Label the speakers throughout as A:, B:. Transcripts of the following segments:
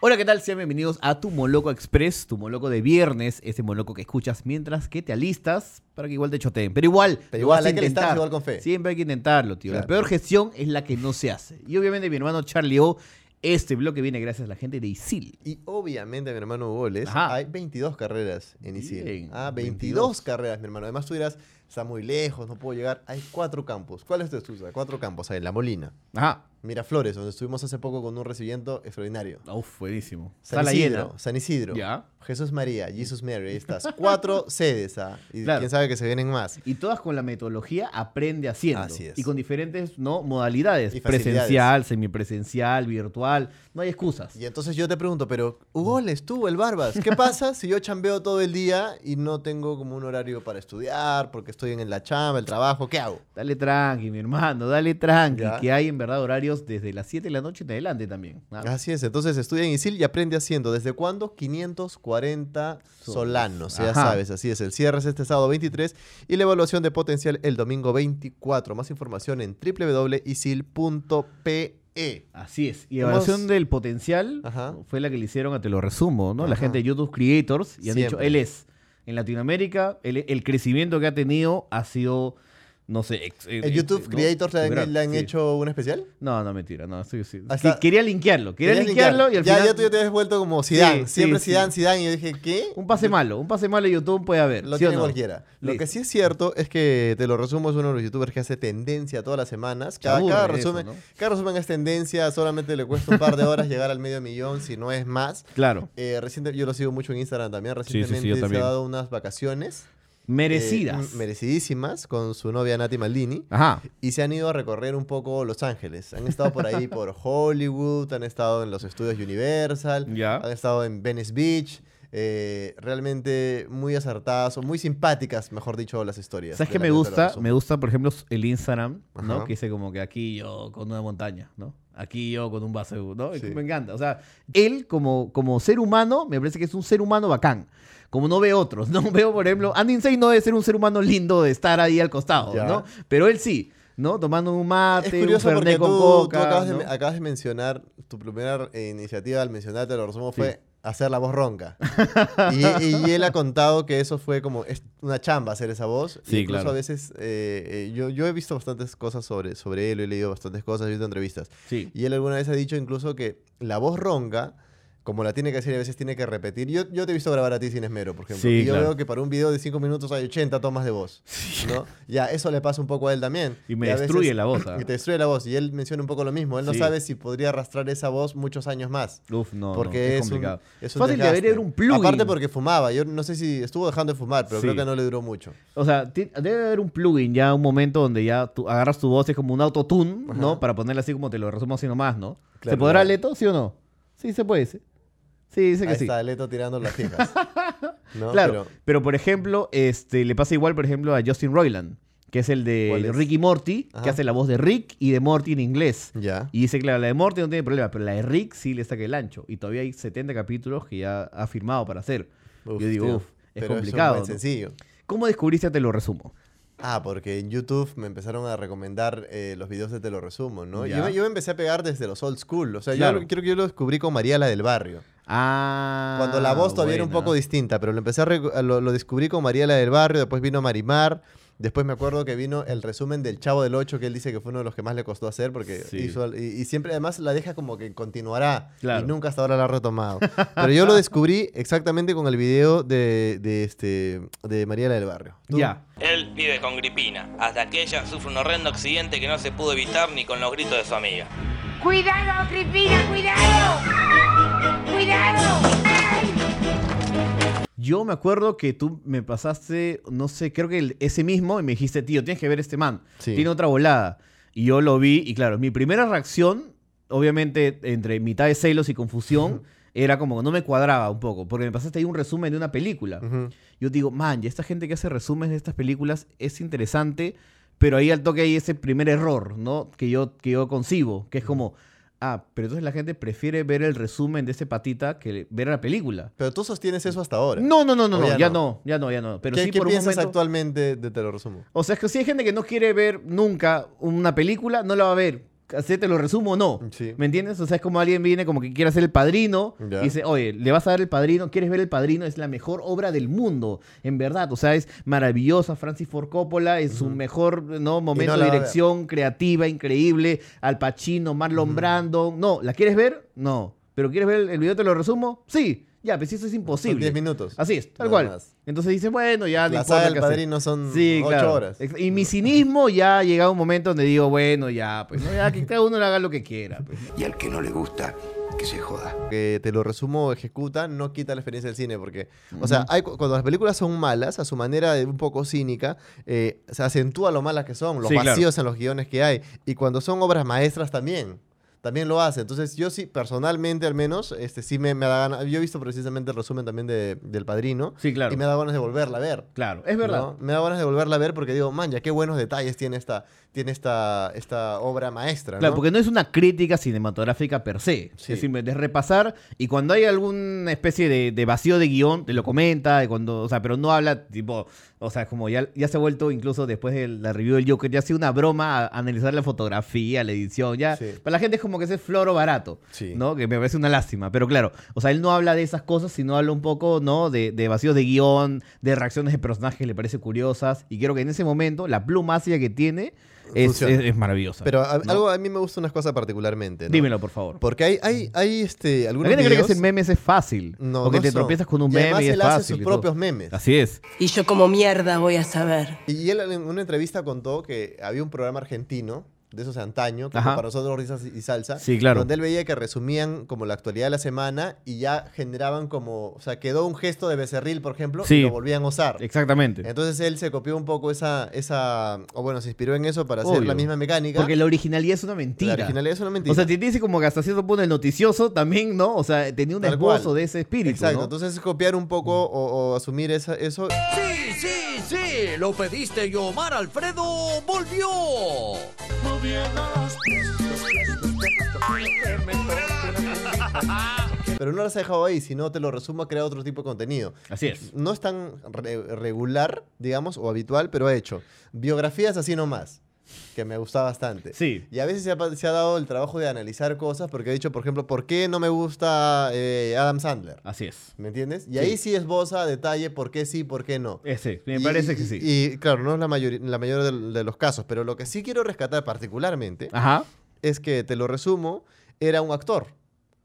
A: Hola, ¿qué tal? Sean bienvenidos a tu Moloco Express, tu Moloco de viernes, ese Moloco que escuchas mientras que te alistas para que igual te choteen. Pero igual,
B: Pero
A: lo
B: igual,
A: vas a
B: hay que alistarse
A: intentar.
B: igual con fe.
A: Siempre hay que intentarlo, tío. La
B: Claro.
A: peor gestión es la que no se hace. Y obviamente mi hermano Charlie O, este bloque viene gracias a la gente de Isil.
B: Y obviamente, mi hermano Goles,
A: Ajá.
B: hay 22 carreras en ICIL.
A: Bien,
B: Ah, 22,
A: 22.
B: carreras, mi hermano. Además, tú dirás, está muy lejos, no puedo llegar. Hay cuatro campos. ¿Cuál es tu excusa? Cuatro campos. Hay La Molina,
A: Ajá.
B: Miraflores, donde estuvimos hace poco con un recibimiento extraordinario.
A: Uf, buenísimo.
B: San
A: Sala
B: Isidro,
A: llena.
B: San Isidro.
A: Ya.
B: Jesús María, Jesus Mary, ahí estás. Cuatro sedes, ah. Y
A: Claro.
B: quién sabe que se vienen más.
A: Y todas con la metodología aprende haciendo.
B: Así es.
A: Y con diferentes ¿no? modalidades.
B: Y facilidades.
A: Presencial, semipresencial, virtual. No hay excusas.
B: Y entonces yo te pregunto, pero Goles, tú, el Barbas, ¿qué pasa si yo chambeo todo el día y no tengo como un horario para estudiar, porque estoy en la chamba, el trabajo? ¿Qué hago?
A: Dale tranqui, mi hermano, dale tranqui.
B: Ya.
A: Que hay en verdad horarios desde las 7 de la noche en adelante también. Ah,
B: Así es, entonces estudia en ISIL y aprende haciendo. ¿Desde cuándo? 540
A: Soles.
B: solanos, ya
A: Ajá.
B: sabes, así es. El cierre es este sábado 23 y la evaluación de potencial el domingo 24. Más información en www.isil.pe.
A: Así es. Y
B: Hemos-
A: evaluación del potencial
B: Ajá.
A: fue la que le hicieron, a te lo resumo, ¿no? La
B: Ajá.
A: gente de YouTube Creators y han dicho,
B: Siempre.
A: él es. En Latinoamérica, él- el crecimiento que ha tenido ha sido, no sé. ex-
B: ¿El
A: ex-
B: YouTube
A: ¿no?
B: Creators le han,
A: Gran,
B: le han
A: sí.
B: hecho un especial?
A: No, no, mentira, no. estoy- sí.
B: Hasta-
A: Que- Quería linkearlo, quería
B: Querías
A: linkearlo y al
B: ya,
A: final.
B: Ya tú ya te has vuelto como Zidane,
A: sí,
B: siempre
A: sí.
B: Zidane, Zidane. Y yo dije, ¿qué?
A: Un pase malo, un pase malo de YouTube puede haber.
B: Lo
A: ¿sí o
B: tiene
A: no?
B: cualquiera. Lo que
A: Listo.
B: sí es cierto es que, te lo resumo, es uno de los youtubers que hace tendencia todas las semanas. Cada,
A: aburre
B: cada
A: eso,
B: resumen,
A: ¿no?
B: cada resumen es tendencia, solamente le cuesta un par de horas llegar al medio millón, si no es más.
A: Claro,
B: Eh, reciente, yo lo sigo mucho en Instagram también.
A: sí, yo
B: Recientemente se
A: también.
B: ha dado unas vacaciones. eh,
A: merecidas.
B: m- merecidísimas con su novia Nati Maldini.
A: Ajá.
B: Y se han ido a recorrer un poco Los Ángeles. Han estado por ahí por Hollywood, han estado en los estudios Universal,
A: Ya.
B: han estado en Venice Beach. eh, realmente muy acertadas o muy simpáticas, mejor dicho, las historias.
A: ¿Sabes
B: de
A: qué
B: la
A: me
B: Viuda
A: gusta?
B: Lorenzo.
A: Me gusta, por ejemplo, el Instagram, ¿no?
B: Ajá.
A: Que dice como que aquí yo con una montaña, ¿no? Aquí yo con un vaso, de- ¿no? Y
B: Sí.
A: Me encanta. O sea, él como, como ser humano, me parece que es un ser humano bacán. Como no veo otros, ¿no? Veo, por ejemplo, Andy Insane no debe ser un ser humano lindo de estar ahí al costado,
B: Ya.
A: ¿no? Pero él sí, ¿no? Tomando un mate,
B: Es curioso
A: un
B: porque
A: fernet
B: tú,
A: con
B: tú
A: coca,
B: acabas,
A: ¿no?
B: de, acabas de mencionar tu primera eh, iniciativa al mencionarte lo resumo fue hacer la voz ronca. y, y él ha contado que eso fue como es una chamba hacer esa voz.
A: Sí,
B: Y incluso
A: claro.
B: a veces eh, eh, yo, yo he visto bastantes cosas sobre, sobre él, he leído bastantes cosas, he visto entrevistas.
A: Sí.
B: Y él alguna vez ha dicho incluso que la voz ronca, como la tiene que hacer y a veces tiene que repetir. Yo, yo te he visto grabar a ti sin esmero, por ejemplo.
A: Sí,
B: y yo
A: claro.
B: veo que para un video de 5 minutos hay 80 tomas de voz. ¿no? Ya, eso le pasa un poco a él también.
A: Y me
B: a
A: destruye la voz, ¿ah?
B: Y te destruye la voz. Y él menciona un poco lo mismo. Él no
A: Sí.
B: sabe si podría arrastrar esa voz muchos años más.
A: Uf, no, no,
B: Porque
A: es
B: es, un,
A: complicado.
B: es un
A: Fácil de haber
B: desgaste.
A: era un plugin.
B: Aparte porque fumaba. Yo no sé si estuvo dejando de fumar, pero
A: Sí.
B: creo que no le duró mucho.
A: O sea, ti- debe haber un plugin ya, un momento donde ya tú agarras tu voz, es como un autotune, ¿no? Para ponerla así como te lo resumo así nomás, ¿no? ¿Se
B: Claro,
A: podrá
B: claro.
A: Leto, sí o no? Sí, se puede. Sí, sí dice que
B: Ahí
A: sí.
B: está Leto tirando las fijas. ¿No?
A: Claro, pero,
B: Pero-
A: por ejemplo, este, le pasa igual, por ejemplo, a Justin Roiland, que es el
B: ¿Cuál
A: de
B: es?
A: Ricky Morty, que
B: Ajá.
A: hace la voz de Rick y de Morty en inglés.
B: ya.
A: Y dice, claro, la de Morty no tiene problema, pero la de Rick sí le saca el ancho. Y todavía hay 70 capítulos que ya ha firmado para hacer.
B: Uf,
A: Yo digo,
B: tío.
A: uf, es
B: Pero
A: complicado.
B: Es un
A: ¿no?
B: buen sencillo.
A: ¿Cómo descubriste? Te lo resumo.
B: Ah, porque en YouTube me empezaron a recomendar eh, los videos de Te lo resumo, ¿no?
A: Ya.
B: Yo, me- yo me empecé a pegar desde los old school. O sea,
A: Claro.
B: yo creo que yo lo descubrí con María la del barrio.
A: Ah.
B: Cuando la voz todavía era un
A: buena.
B: poco distinta, pero lo empecé a recu- a lo, lo descubrí con Mariela del Barrio, después vino Marimar, después me acuerdo que vino el resumen del Chavo del Ocho, que él dice que fue uno de los que más le costó hacer, porque
A: Sí.
B: hizo, al- y, y siempre además la deja como que continuará,
A: Claro.
B: y nunca hasta ahora la ha retomado. Pero yo lo descubrí exactamente con el video de, de, este, de Mariela del Barrio. ¿Tú?
A: Ya.
C: Él vive con Gripina, hasta que ella sufre un horrendo accidente que no se pudo evitar ni con los gritos de su amiga.
D: ¡Cuidado, Gripina, cuidado! ¡Cuidado! ¡Ay!
A: Yo me acuerdo que tú me pasaste, no sé, creo que el- ese mismo, y me dijiste, tío, tienes que ver este man.
B: Sí.
A: Tiene otra volada. Y yo lo vi, y claro, mi primera reacción, obviamente, entre mitad de celos y confusión, era como, no me cuadraba un poco, porque me pasaste ahí un resumen de una película.
B: Ujú.
A: Yo digo, man, y esta gente que hace resúmenes de estas películas es interesante, pero ahí al toque hay ese primer error, ¿no? Que yo, que yo concibo, que es como, ah, pero entonces la gente prefiere ver el resumen de ese patita que ver la película.
B: Pero tú sostienes eso hasta ahora.
A: No, no, no, no,
B: ¿O
A: no,
B: ya
A: ya,
B: no?
A: no, ya no, ya no. Pero
B: ¿Qué,
A: sí
B: qué
A: por un
B: piensas
A: momento.
B: actualmente de Te lo resumo?
A: O sea, es que si hay gente que no quiere ver nunca una película, no la va a ver. así te lo resumo o no.
B: Sí.
A: ¿Me entiendes? O sea, es como alguien viene como que quiere hacer el padrino
B: Ya.
A: y dice, oye, le vas a dar el padrino, quieres ver el padrino, es la mejor obra del mundo, en verdad. O sea, es maravillosa. Francis Ford Coppola en su mejor ¿no? momento de
B: la va a ver.
A: dirección creativa, increíble. Al Pacino, Marlon Brandon. No, ¿la quieres ver? No. ¿Pero quieres ver el, el video? ¿Te lo resumo? Sí. Ya, pues eso es imposible.
B: 10 minutos.
A: Así es, tal
B: Nada
A: cual.
B: más.
A: Entonces dice, bueno, ya no
B: La
A: importa
B: saga del
A: qué hacer.
B: padrino son
A: Sí,
B: 8
A: claro.
B: horas.
A: Ex- Y mi cinismo ya ha llegado un momento donde digo, bueno, ya, pues, ¿no? ya que cada uno le haga lo que quiera. pues.
E: Y al que no le gusta, que se joda.
B: que te lo resumo, ejecuta, no quita la experiencia del cine. Porque, o sea, hay cu- cuando las películas son malas, a su manera de un poco cínica, eh, se acentúa lo malas que son, los
A: Sí, claro.
B: vacíos en los guiones que hay. Y cuando son obras maestras también. También lo hace. Entonces, yo sí, personalmente al menos, este, sí me, me da ganas. Yo he visto precisamente el resumen también de, del Padrino.
A: Sí, claro.
B: Y me da ganas de volverla a ver.
A: Claro, es verdad.
B: ¿no? Me da ganas de volverla a ver porque digo, man, ya qué buenos detalles tiene esta, tiene esta, esta obra maestra.
A: Claro,
B: ¿no?
A: porque no es una crítica cinematográfica per se.
B: Sí.
A: Es simplemente es repasar y cuando hay alguna especie de, de vacío de guión, te lo comenta, y cuando, o sea, pero no habla tipo, o sea, como ya, ya se ha vuelto incluso después de la review del Joker, ya ha sido una broma a- analizar la fotografía, la edición, ya.
B: Sí.
A: Para la gente es como que ese es floro barato,
B: Sí.
A: ¿no? Que me parece una lástima, pero claro, o sea, él no habla de esas cosas, sino habla un poco, ¿no? De, de vacíos de guión, de reacciones de personajes que le parece curiosas y creo que en ese momento la plumacia que tiene es,
B: Funciona.
A: es- es maravillosa.
B: Pero a-
A: ¿no?
B: algo a mí me gusta unas cosas particularmente. ¿no?
A: Dímelo, por favor.
B: Porque hay, hay, hay este,
A: La
B: algunos
A: gente cree Mm. que
B: videos...
A: hacer memes es fácil.
B: No,
A: porque
B: no
A: te
B: son.
A: tropiezas con un
B: Y
A: meme
B: además
A: y es
B: él hace
A: fácil.
B: sus
A: y todo.
B: propios memes.
A: Así es.
F: Y yo como mierda voy a saber.
B: Y él en una entrevista contó que había un programa argentino, de esos de antaño, como
A: Ajá.
B: para nosotros risas y salsa,
A: Sí, claro.
B: donde él veía que resumían como la actualidad de la semana y ya generaban como, o sea, quedó un gesto de becerril, por ejemplo,
A: Sí.
B: y lo volvían a usar.
A: Exactamente.
B: Entonces él se copió un poco esa, esa, o bueno, se inspiró en eso para hacer
A: Obvio.
B: la misma mecánica.
A: Porque la originalidad es una
B: la
A: mentira.
B: originalidad es una mentira.
A: O sea, te dice como que hasta cierto punto el noticioso también, ¿no? O sea, tenía un
B: Tal
A: esbozo
B: cual.
A: de ese espíritu.
B: Exacto,
A: ¿no?
B: entonces es copiar un poco o, o asumir esa, eso.
G: Sí, sí, sí, lo pediste y Omar Alfredo volvió.
B: Pero no lo has dejado ahí, sino te lo resumo a crear otro tipo de contenido.
A: Así es.
B: No es tan re- regular, digamos, o habitual, pero ha hecho. Biografías así nomás, que me gusta bastante.
A: Sí.
B: Y a veces se ha, pa- se ha dado el trabajo de analizar cosas porque he dicho, por ejemplo, ¿por qué no me gusta eh, Adam Sandler?
A: Así es.
B: ¿Me entiendes? Y ahí sí esboza a detalle por qué sí, por qué no.
A: Ese, me
B: Y-
A: parece
B: y-
A: que sí.
B: Y claro, no es la, mayoría la mayor de, de los casos, pero lo que sí quiero rescatar particularmente
A: Ajá.
B: es que, te lo resumo, era un actor.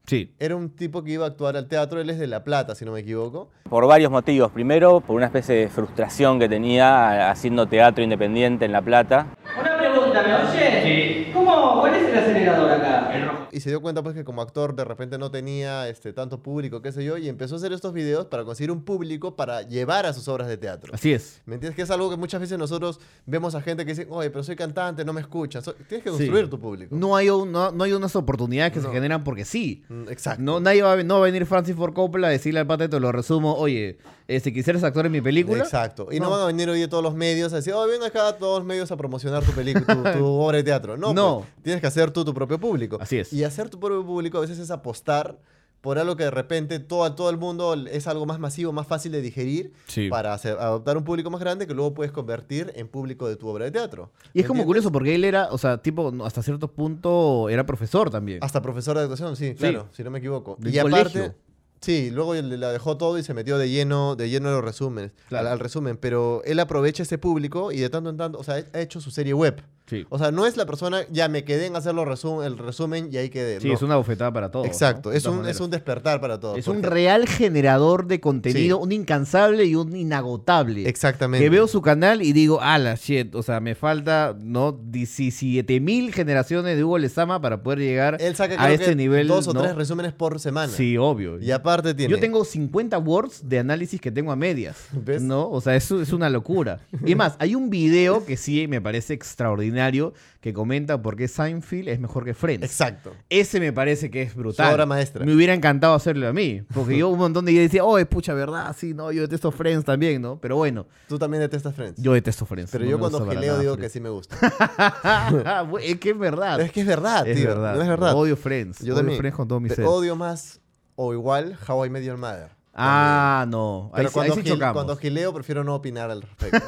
A: Sí.
B: Era un tipo que iba a actuar al teatro, él es de La Plata, si no me equivoco.
H: Por varios motivos. Primero, por una especie de frustración que tenía haciendo teatro independiente en La Plata.
I: Una pregunta, ¿me oye? ¿Cómo, cuál es el acelerador acá? El rojo.
B: Y se dio cuenta pues que como actor de repente no tenía este, tanto público, qué sé yo, y empezó a hacer estos videos para conseguir un público para llevar a sus obras de teatro.
A: Así es.
B: ¿Me entiendes? Que es algo que muchas veces nosotros vemos a gente que dice, oye, pero soy cantante, no me escuchan. So- tienes que
A: Sí.
B: construir tu público.
A: No hay, un- no, no hay unas oportunidades que se
B: No.
A: generan porque sí.
B: Mm, Exacto.
A: No, nadie va a, no va a venir Francis Ford Coppola a decirle al pata, te lo resumo, oye, eh, si quisieras actuar en mi película,
B: Exacto. Y no.
A: No.
B: van a venir hoy todos los medios a decir, oh, ven acá todos los medios a promocionar tu película, tu, tu obra de teatro. No,
A: No.
B: pues, tienes que hacer tú tu propio público.
A: Así es.
B: Y hacer tu propio público a veces es apostar por algo que de repente todo, todo el mundo es algo más masivo, más fácil de digerir,
A: Sí.
B: para hacer- adoptar un público más grande que luego puedes convertir en público de tu obra de teatro.
A: Y es como
B: ¿Entiendes?
A: curioso porque él era, o sea, tipo, no, hasta cierto punto era profesor también.
B: Hasta profesor de actuación, sí, claro, si no me equivoco.
A: Del
B: y aparte,
A: colegio.
B: sí, luego él la dejó todo y se metió de lleno, de lleno a los resúmenes,
A: Claro.
B: al, al resumen. Pero él aprovecha ese público y de tanto en tanto, o sea, ha hecho su serie web.
A: Sí,
B: O sea, no es la persona, ya me quedé en hacer los resu- el resumen y ahí quedé.
A: sí
B: no.
A: es una bofetada para todos.
B: Exacto,
A: ¿no? De
B: es,
A: todas
B: un, es
A: maneras.
B: un despertar para todos.
A: Es un
B: porque-
A: real generador de contenido,
B: Sí.
A: un incansable y un inagotable.
B: Exactamente.
A: Que veo su canal y digo, ah, la shit, o sea, me falta, ¿no? 17 mil generaciones de Hugo Lezama para poder llegar
B: Él saca
A: a
B: creo
A: este
B: que
A: nivel.
B: dos o
A: ¿no?
B: tres resúmenes por semana.
A: Sí, obvio.
B: Y aparte tiene.
A: Yo tengo 50 words de análisis que tengo a medias.
B: ¿Ves?
A: ¿No? O sea, eso es una locura. Y más, hay un video que sí me parece extraordinario que comenta por qué Seinfeld es mejor que Friends.
B: Exacto.
A: Ese me parece que es brutal.
B: obra maestra.
A: Me hubiera encantado hacerlo a mí. Porque yo un montón de ideas decía, oh, pucha, verdad, sí, no, yo detesto Friends también, ¿no? Pero bueno,
B: Tú también detestas Friends.
A: yo detesto Friends.
B: pero
A: No
B: yo
A: me
B: cuando
A: gusta para
B: geleo
A: nada
B: digo que
A: Friends.
B: sí me gusta.
A: es que es verdad.
B: es que es verdad,
A: Es
B: tío.
A: verdad.
B: No es verdad.
A: Odio Friends.
B: Yo
A: Odio
B: también.
A: Friends con todo mi
B: Te
A: ser.
B: Odio más o igual How I Met Your Mother.
A: Ah, no. Ahí,
B: También. pero
A: sí- ahí
B: cuando,
A: sí
B: gil-
A: chocamos.
B: cuando gileo prefiero no opinar al respecto.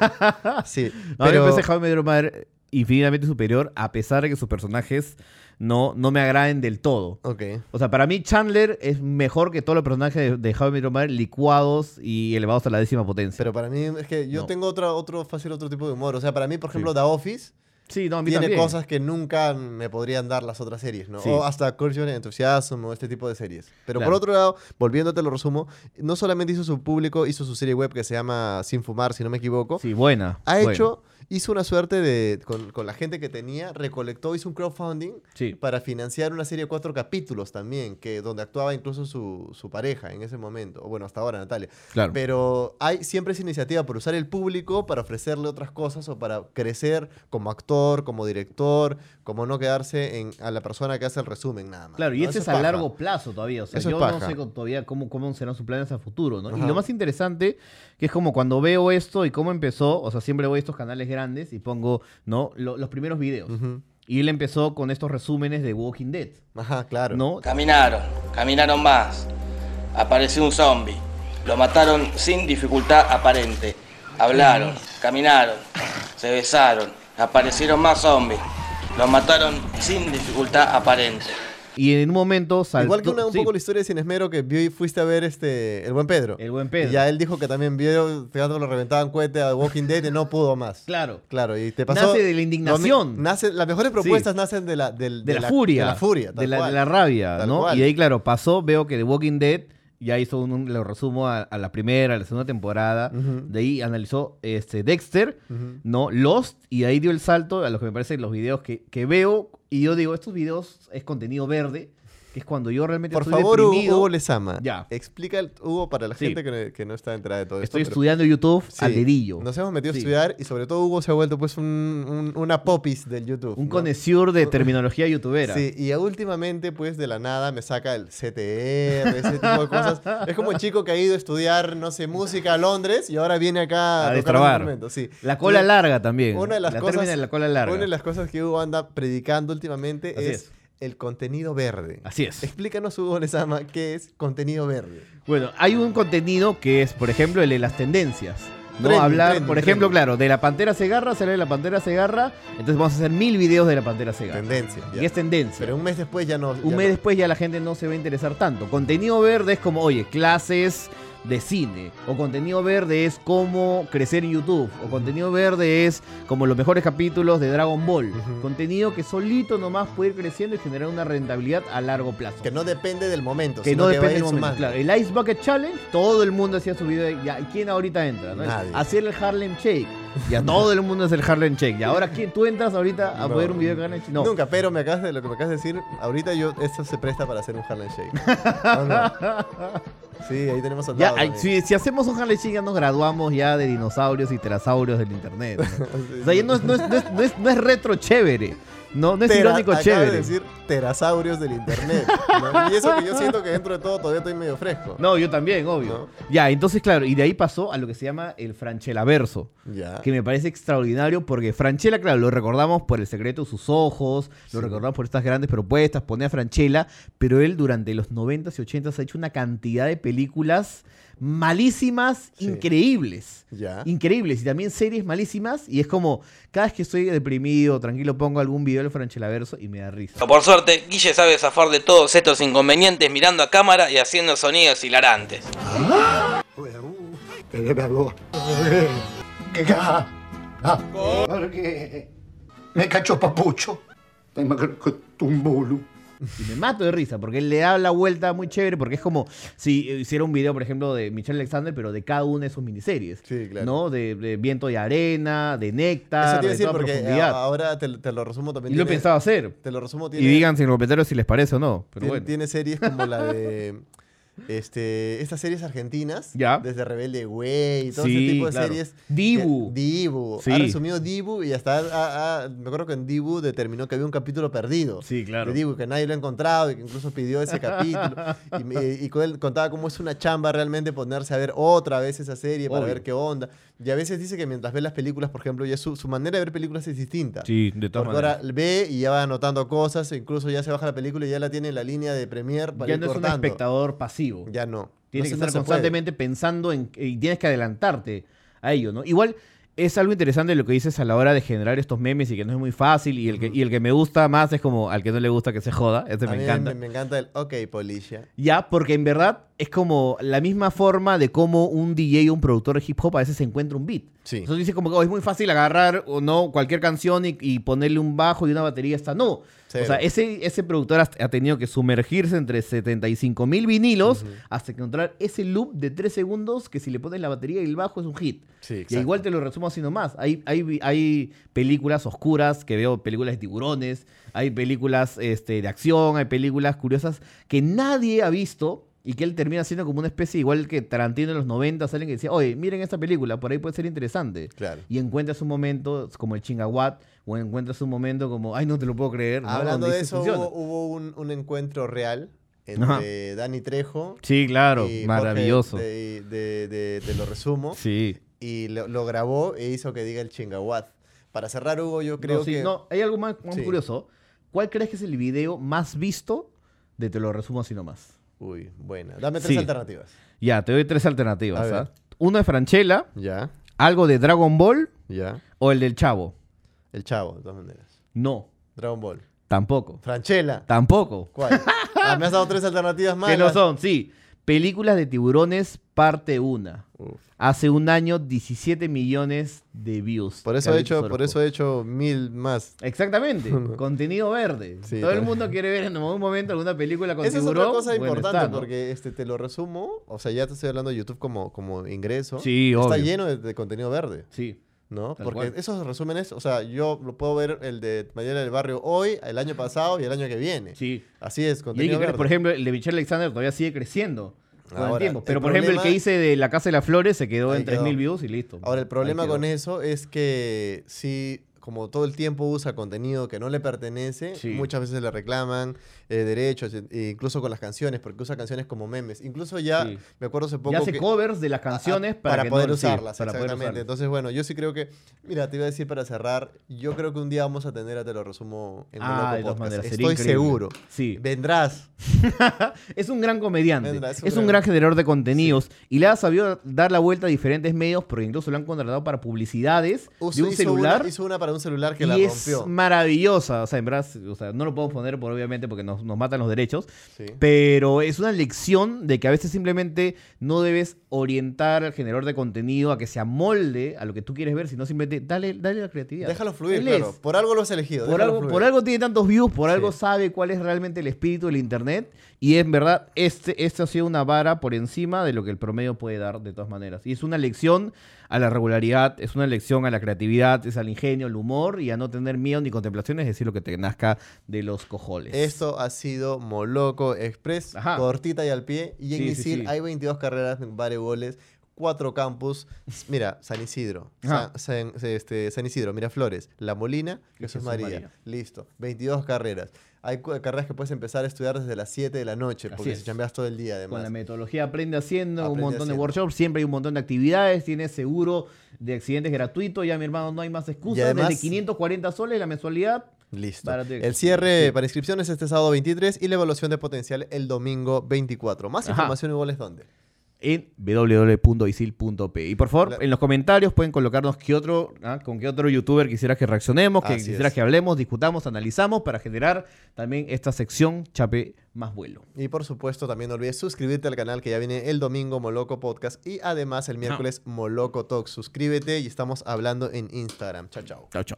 B: sí.
A: No, yo
B: pero-
A: empecé Jaime Madre eh, infinitamente superior, a pesar de que sus personajes no, no me agraden del todo.
B: Ok.
A: O sea, para mí Chandler es mejor que todos los personajes de, de How I Met Your Mother licuados y elevados a la décima potencia.
B: Pero para mí es que yo
A: No.
B: tengo otra, otro fácil otro tipo de humor. O sea, para mí, por ejemplo, The Office
A: sí, no, a mí
B: tiene
A: también.
B: cosas que nunca me podrían dar las otras series, ¿no?
A: Sí.
B: O hasta Curse Your Enthusiasm o este tipo de series. Pero
A: Claro.
B: por otro lado, volviéndote lo resumo, no solamente hizo su público, hizo su serie web que se llama Sin Fumar, si no me equivoco.
A: Sí, buena.
B: Ha
A: buena.
B: hecho, hizo una suerte de, con, con la gente que tenía, recolectó, hizo un crowdfunding
A: Sí.
B: para financiar una serie de cuatro capítulos también, que donde actuaba incluso su, su pareja en ese momento, o bueno, hasta ahora Natalia.
A: Claro.
B: Pero hay siempre esa iniciativa por usar el público para ofrecerle otras cosas o para crecer como actor, como director, como no quedarse en, a la persona que hace el resumen nada más.
A: Claro, y
B: ¿no?
A: este
B: Eso
A: es a
B: paja.
A: largo plazo todavía. O sea,
B: Eso es
A: yo no
B: paja.
A: sé con- todavía cómo, cómo serán sus planes a futuro, ¿no? Y
B: Ajá.
A: lo más interesante, que es como cuando veo esto y cómo empezó, o sea, siempre voy a estos canales grandes y pongo, ¿no? Lo- los primeros videos.
B: Ujú.
A: Y él empezó con estos resúmenes de Walking Dead,
B: Ajá, claro.
A: ¿no?
C: Caminaron, caminaron más. Apareció un zombie. Lo mataron sin dificultad aparente. Hablaron, caminaron, se besaron. Aparecieron más zombies. Lo mataron sin dificultad aparente.
A: Y en un momento saltó...
B: Igual que una, un
A: sí.
B: poco la historia de Sin Esmero que vio y fuiste a ver este El Buen Pedro.
A: El Buen Pedro.
B: Y ya él dijo que también vio, teatro lo reventaban cohete a Walking Dead y no pudo más.
A: Claro.
B: Claro, y te pasó.
A: Nace de la indignación.
B: donde- nace- las mejores propuestas nacen de la, del-
A: de, la, furia.
B: De la furia, tal
A: De la, de
B: cual.
A: la rabia,
B: Tal
A: ¿no?
B: cual.
A: Y ahí, claro, pasó, veo que The Walking Dead ya hizo un, un- lo resumo a, a la primera, a la segunda temporada.
B: Ujú.
A: De ahí analizó este, Dexter,
B: Ujú.
A: ¿no? Lost, y de ahí dio el salto a los que me parecen los videos que, que veo. Y yo digo, estos videos es contenido verde, que es cuando yo realmente
B: Por
A: estoy
B: favor, Hugo,
A: deprimido.
B: Hugo Lezama.
A: Ya.
B: Explica, el- Hugo, para la
A: Sí.
B: gente que, no- que no está enterada de todo esto.
A: Estoy
B: pero-
A: estudiando YouTube
B: Sí,
A: al dedillo.
B: Nos hemos metido
A: Sí.
B: a estudiar y sobre todo Hugo se ha vuelto pues un, un- una popis del YouTube.
A: Un
B: ¿no?
A: connoisseur de terminología youtubera.
B: Sí, y últimamente, pues, de la nada me saca el CTR, ese tipo de cosas. Es como un chico que ha ido a estudiar, no sé, música a Londres y ahora viene acá
A: A
B: tocar un
A: destrabar.
B: instrumento, sí.
A: La cola
B: Y-
A: larga también.
B: Una de las
A: la
B: cosas,
A: término de la cola larga.
B: Una de las cosas que Hugo anda predicando últimamente
A: Así
B: es,
A: es.
B: el contenido verde.
A: Así es.
B: Explícanos, Hugo Lezama, qué es contenido verde.
A: Bueno, hay un contenido que es, por ejemplo, el de las tendencias. No
B: Trending,
A: hablar,
B: trending,
A: por ejemplo,
B: trending.
A: claro, de la pantera cegarra sale de la pantera cegarra, entonces vamos a hacer mil videos de la pantera cegarra.
B: Tendencia. ya.
A: Y es tendencia.
B: Pero un mes después ya no.
A: un
B: ya
A: mes
B: no.
A: después ya la gente no se va a interesar tanto. Contenido verde es como, oye, clases de cine. O contenido verde es cómo crecer en YouTube. O contenido verde es como los mejores capítulos de Dragon Ball.
B: Ujú.
A: Contenido que solito nomás puede ir creciendo y generar una rentabilidad a largo plazo
B: Que no depende del momento.
A: que
B: sino
A: no depende
B: va a ir
A: del momento.
B: sumando.
A: Claro, el Ice Bucket Challenge, todo el mundo hacía su video. de- Ya, ¿Quién ahorita entra? no?
B: Nadie.
A: Hacer el Harlem Shake. Ya todo el mundo hace el Harlem Shake. Y ahora, ¿quién, ¿tú entras ahorita Ah, a
B: No.
A: ver un video de Harlem Shake? No.
B: Nunca, pero me acabas de lo que me acabas de decir, ahorita yo esto se presta para hacer un Harlem Shake. ¿O no? Sí, ahí tenemos al
A: Ya,
B: lado
A: ay,
B: también.
A: si, si hacemos un Harlem Shake, ya nos graduamos ya de dinosaurios y terasaurios del internet. ¿no?
B: Sí,
A: O sea, ya no
B: sí.
A: es, no es- no es- no es- no es retro chévere. No, no es
B: Tera-
A: irónico
B: acabas
A: chévere.
B: de decir terasaurios del internet. ¿no? Y eso que yo siento que dentro de todo todavía estoy medio fresco.
A: No, yo también, obvio. Ya, entonces, claro, y de ahí pasó a lo que se llama el Franchelaverso.
B: Ya.
A: que me parece extraordinario porque Franchella, claro, lo recordamos por el secreto de sus ojos, lo
B: Sí.
A: recordamos por estas grandes propuestas, pone a Franchella, pero él durante los 90s y 80s ha hecho una cantidad de películas malísimas,
B: Sí.
A: increíbles.
B: Ya.
A: Increíbles, y también series malísimas, y es como, cada vez que estoy deprimido, tranquilo, pongo algún video del Franchella verso y me da risa.
C: Por suerte, Guille sabe zafar de todos estos inconvenientes mirando a cámara y haciendo sonidos hilarantes.
J: ¿Qué caja? Porque me cacho papucho. Tengo que un bolo.
A: Y me mato de risa, porque él le da la vuelta muy chévere, porque es como si eh, hiciera un video, por ejemplo, de Michelle Alexander, pero de cada una de sus miniseries.
B: Sí, claro.
A: ¿No? De, de Viento y Arena, de
B: Eso
A: Néctar,
B: te iba a
A: de
B: decir
A: toda
B: porque eh,
A: profundidad.
B: ahora te, te lo resumo también.
A: y lo
B: tiene-
A: pensaba hacer.
B: Te lo resumo
A: Y
B: tiene,
A: díganse en los comentarios si les parece o no. Pero
B: tiene,
A: bueno.
B: tiene series como la de este, estas series argentinas.
A: Ya.
B: Desde Rebelde Güey y todo
A: Sí,
B: ese tipo de
A: claro.
B: series.
A: Dibu.
B: que- Dibu.
A: Sí.
B: Ha resumido Dibu y hasta ha- ha- ha- me acuerdo que en Dibu determinó que había un capítulo perdido.
A: Sí, claro.
B: de Dibu, que nadie lo ha encontrado y que incluso pidió ese capítulo. y, me- y con él contaba cómo es una chamba realmente ponerse a ver otra vez esa serie para
A: Obvio.
B: ver qué onda. Y a veces dice que mientras ve las películas, por ejemplo, ya su, su manera de ver películas es distinta.
A: Sí, de todas
B: Porque
A: maneras.
B: ahora ve y ya va anotando cosas, e incluso ya se baja la película y ya la tiene en la línea de premier para
A: ya
B: ir
A: no es un
B: cortando.
A: espectador pasivo.
B: Ya no.
A: Tienes
B: No
A: que
B: se- no
A: estar
B: se puede.
A: constantemente pensando en. Y tienes que adelantarte a ello, ¿no? Igual, es algo interesante lo que dices a la hora de generar estos memes y que no es muy fácil. Y el que, y el que me gusta más es como al que no le gusta que se joda. Este
B: A
A: me
B: mí
A: encanta.
B: Me, me encanta el OK, Policia.
A: Ya, porque en verdad es como la misma forma de cómo un DJ o un productor de hip hop a veces encuentra un beat.
B: Sí.
A: Entonces dice como que oh, es muy fácil agarrar o no cualquier canción y, y ponerle un bajo y una batería está. No.
B: Cero.
A: O sea, ese, ese productor has- ha tenido que sumergirse entre 75 mil vinilos hasta encontrar ese loop de 3 segundos que si le pones la batería y el bajo es un hit.
B: Sí,
A: y
B: exacto.
A: igual te lo resumo así nomás. Hay, hay, vi- hay películas oscuras que veo, películas de tiburones, hay películas este, de acción, hay películas curiosas que nadie ha visto y que él termina siendo como una especie, igual que Tarantino en los 90, salen que decía, oye, miren esta película, por ahí puede ser interesante.
B: Claro.
A: Y encuentras un momento como el chingaguat o encuentras un momento como, ay, no te lo puedo creer. ¿no?
B: Hablando
A: Donde
B: de
A: dices,
B: eso,
A: "Funciona".
B: hubo, hubo un, un encuentro real
A: Ajá.
B: entre Dani Trejo.
A: Sí, claro,
B: y Jorge eh,
A: maravilloso.
B: de- de- de- te lo resumo.
A: Sí.
B: Y lo, lo grabó e hizo que diga el chingaguat. Para cerrar, Hugo, yo creo
A: no, sí,
B: que.
A: no, hay algo más, más
B: Sí.
A: curioso. ¿Cuál crees que es el video más visto de Te lo resumo así nomás?
B: Uy, buena. Dame tres
A: Sí.
B: alternativas.
A: Ya, te doy tres
B: A
A: alternativas.
B: ver.
A: ¿ah? Uno de Franchella,
B: Ya,
A: algo de Dragon Ball
B: ya.
A: o el del Chavo.
B: El chavo, de todas maneras.
A: No,
B: Dragon Ball.
A: tampoco.
B: Franchella.
A: Tampoco.
B: ¿Cuál? Ah, me has dado tres alternativas más.
A: Que no son, sí. Películas de tiburones, parte 1. Hace un año, 17 millones de views.
B: Por eso, he
A: Carlitos
B: hecho, por
A: Orozco.
B: eso he hecho mil más.
A: Exactamente, contenido verde.
B: Sí,
A: Todo el
B: tal-
A: mundo quiere ver en algún momento alguna película con
B: Esa es
A: tiburón.
B: otra cosa
A: bueno,
B: importante
A: está, ¿no?
B: porque este, te lo resumo. O sea, ya te estoy hablando de YouTube como, como ingreso.
A: Sí,
B: Está
A: obvio.
B: lleno de, de contenido verde,
A: Sí.
B: ¿no?
A: Tal
B: porque
A: cual.
B: esos resúmenes, o sea, yo lo puedo ver el de Mañana del Barrio hoy, el año pasado y el año que viene.
A: Sí.
B: Así es,
A: Y hay
B: contenido
A: que ver,
B: verde.
A: por ejemplo, el de Michelle Alexander todavía sigue creciendo con el
B: Ahora,
A: tiempo.
B: el
A: Pero, por ejemplo, el que
B: problema-
A: hice de La Casa de las Flores se quedó
B: Ahí
A: en
B: quedó.
A: 3.000 views y listo.
B: Ahora, el problema
A: Ahí quedó.
B: con eso es que si, como todo el tiempo usa contenido que no le pertenece,
A: Sí.
B: muchas veces le reclaman eh, derechos, e- e incluso con las canciones, porque usa canciones como memes. Incluso ya,
A: Sí.
B: me acuerdo hace poco.
A: Y hace
B: que-
A: covers de las
B: a- a-
A: canciones para, que no-
B: poder
A: sí,
B: usarlas,
A: para poder
B: exactamente.
A: usarlas.
B: Entonces, bueno, yo sí creo que, mira, te iba a decir para cerrar, yo creo que un día vamos a tener a Te lo resumo en
A: Ah,
B: un
A: de todas maneras, sería
B: Estoy
A: increíble.
B: seguro.
A: Sí.
B: Vendrás.
A: es un gran comediante,
B: Vendrá,
A: es un, gran generador de contenidos y le ha sabido dar la vuelta a diferentes medios porque incluso lo han contratado para publicidades
B: Uso-
A: de un
B: hizo
A: celular.
B: Una, hizo una para un celular que la
A: y es
B: rompió.
A: maravillosa, o sea, en verdad, o sea, no lo podemos poner por obviamente porque nos, nos matan los derechos,
B: Sí.
A: pero es una lección de que a veces simplemente no debes orientar al generador de contenido a que se amolde a lo que tú quieres ver, sino simplemente dale, dale la creatividad.
B: Déjalo fluir,
A: Él
B: claro.
A: es.
B: Por algo lo has elegido.
A: Por
B: déjalo
A: algo, por
B: fluir.
A: algo tiene tantos views, por algo
B: Sí.
A: sabe cuál es realmente el espíritu del internet. Y en verdad, este, este ha sido una vara por encima de lo que el promedio puede dar, de todas maneras. Y es una lección a la regularidad, es una lección a la creatividad, es al ingenio, al humor y a no tener miedo ni contemplaciones, es decir, lo que te nazca de los cojones.
B: Esto ha sido Moloco Express,
A: Ajá.
B: cortita y al pie. Y en
A: Sí, sí,
B: Isil
A: sí.
B: hay 22 carreras, varios goles, cuatro campus. Mira, San Isidro,
A: Ajá.
B: San, San- este, San Isidro, Miraflores, La Molina,
A: Y
B: Jesús
A: Jesús
B: María.
A: María.
B: Listo, 22 carreras. Hay cu- carreras que puedes empezar a estudiar desde las 7 de la noche,
A: Así
B: porque
A: es.
B: si chambeas todo el día
A: Con la
B: además.
A: metodología aprende haciendo, un
B: Aprende
A: montón de
B: haciendo.
A: workshops, siempre hay un montón de actividades, tienes seguro de accidentes gratuitos, ya mi hermano no hay más excusas,
B: además-
A: desde 540 soles la mensualidad.
B: Listo.
A: Para ti.
B: El cierre para inscripciones este sábado 23 y la evaluación de potencial el domingo 24. Más
A: Ajá.
B: información y goles dónde.
A: en www.isil.p. Y por favor,
B: La-
A: en los comentarios pueden colocarnos qué otro, ah, con qué otro youtuber quisiera que reaccionemos, que
B: Así
A: quisiera
B: es.
A: que hablemos, discutamos, analizamos para generar también esta sección Chape más vuelo.
B: Y por supuesto, también no olvides suscribirte al canal que ya viene el domingo Moloco Podcast y además el miércoles Moloco Talk. Suscríbete y estamos hablando en Instagram. Chao, chao.
A: Chao, chao.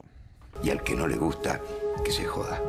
E: Y al que no le gusta, que se joda.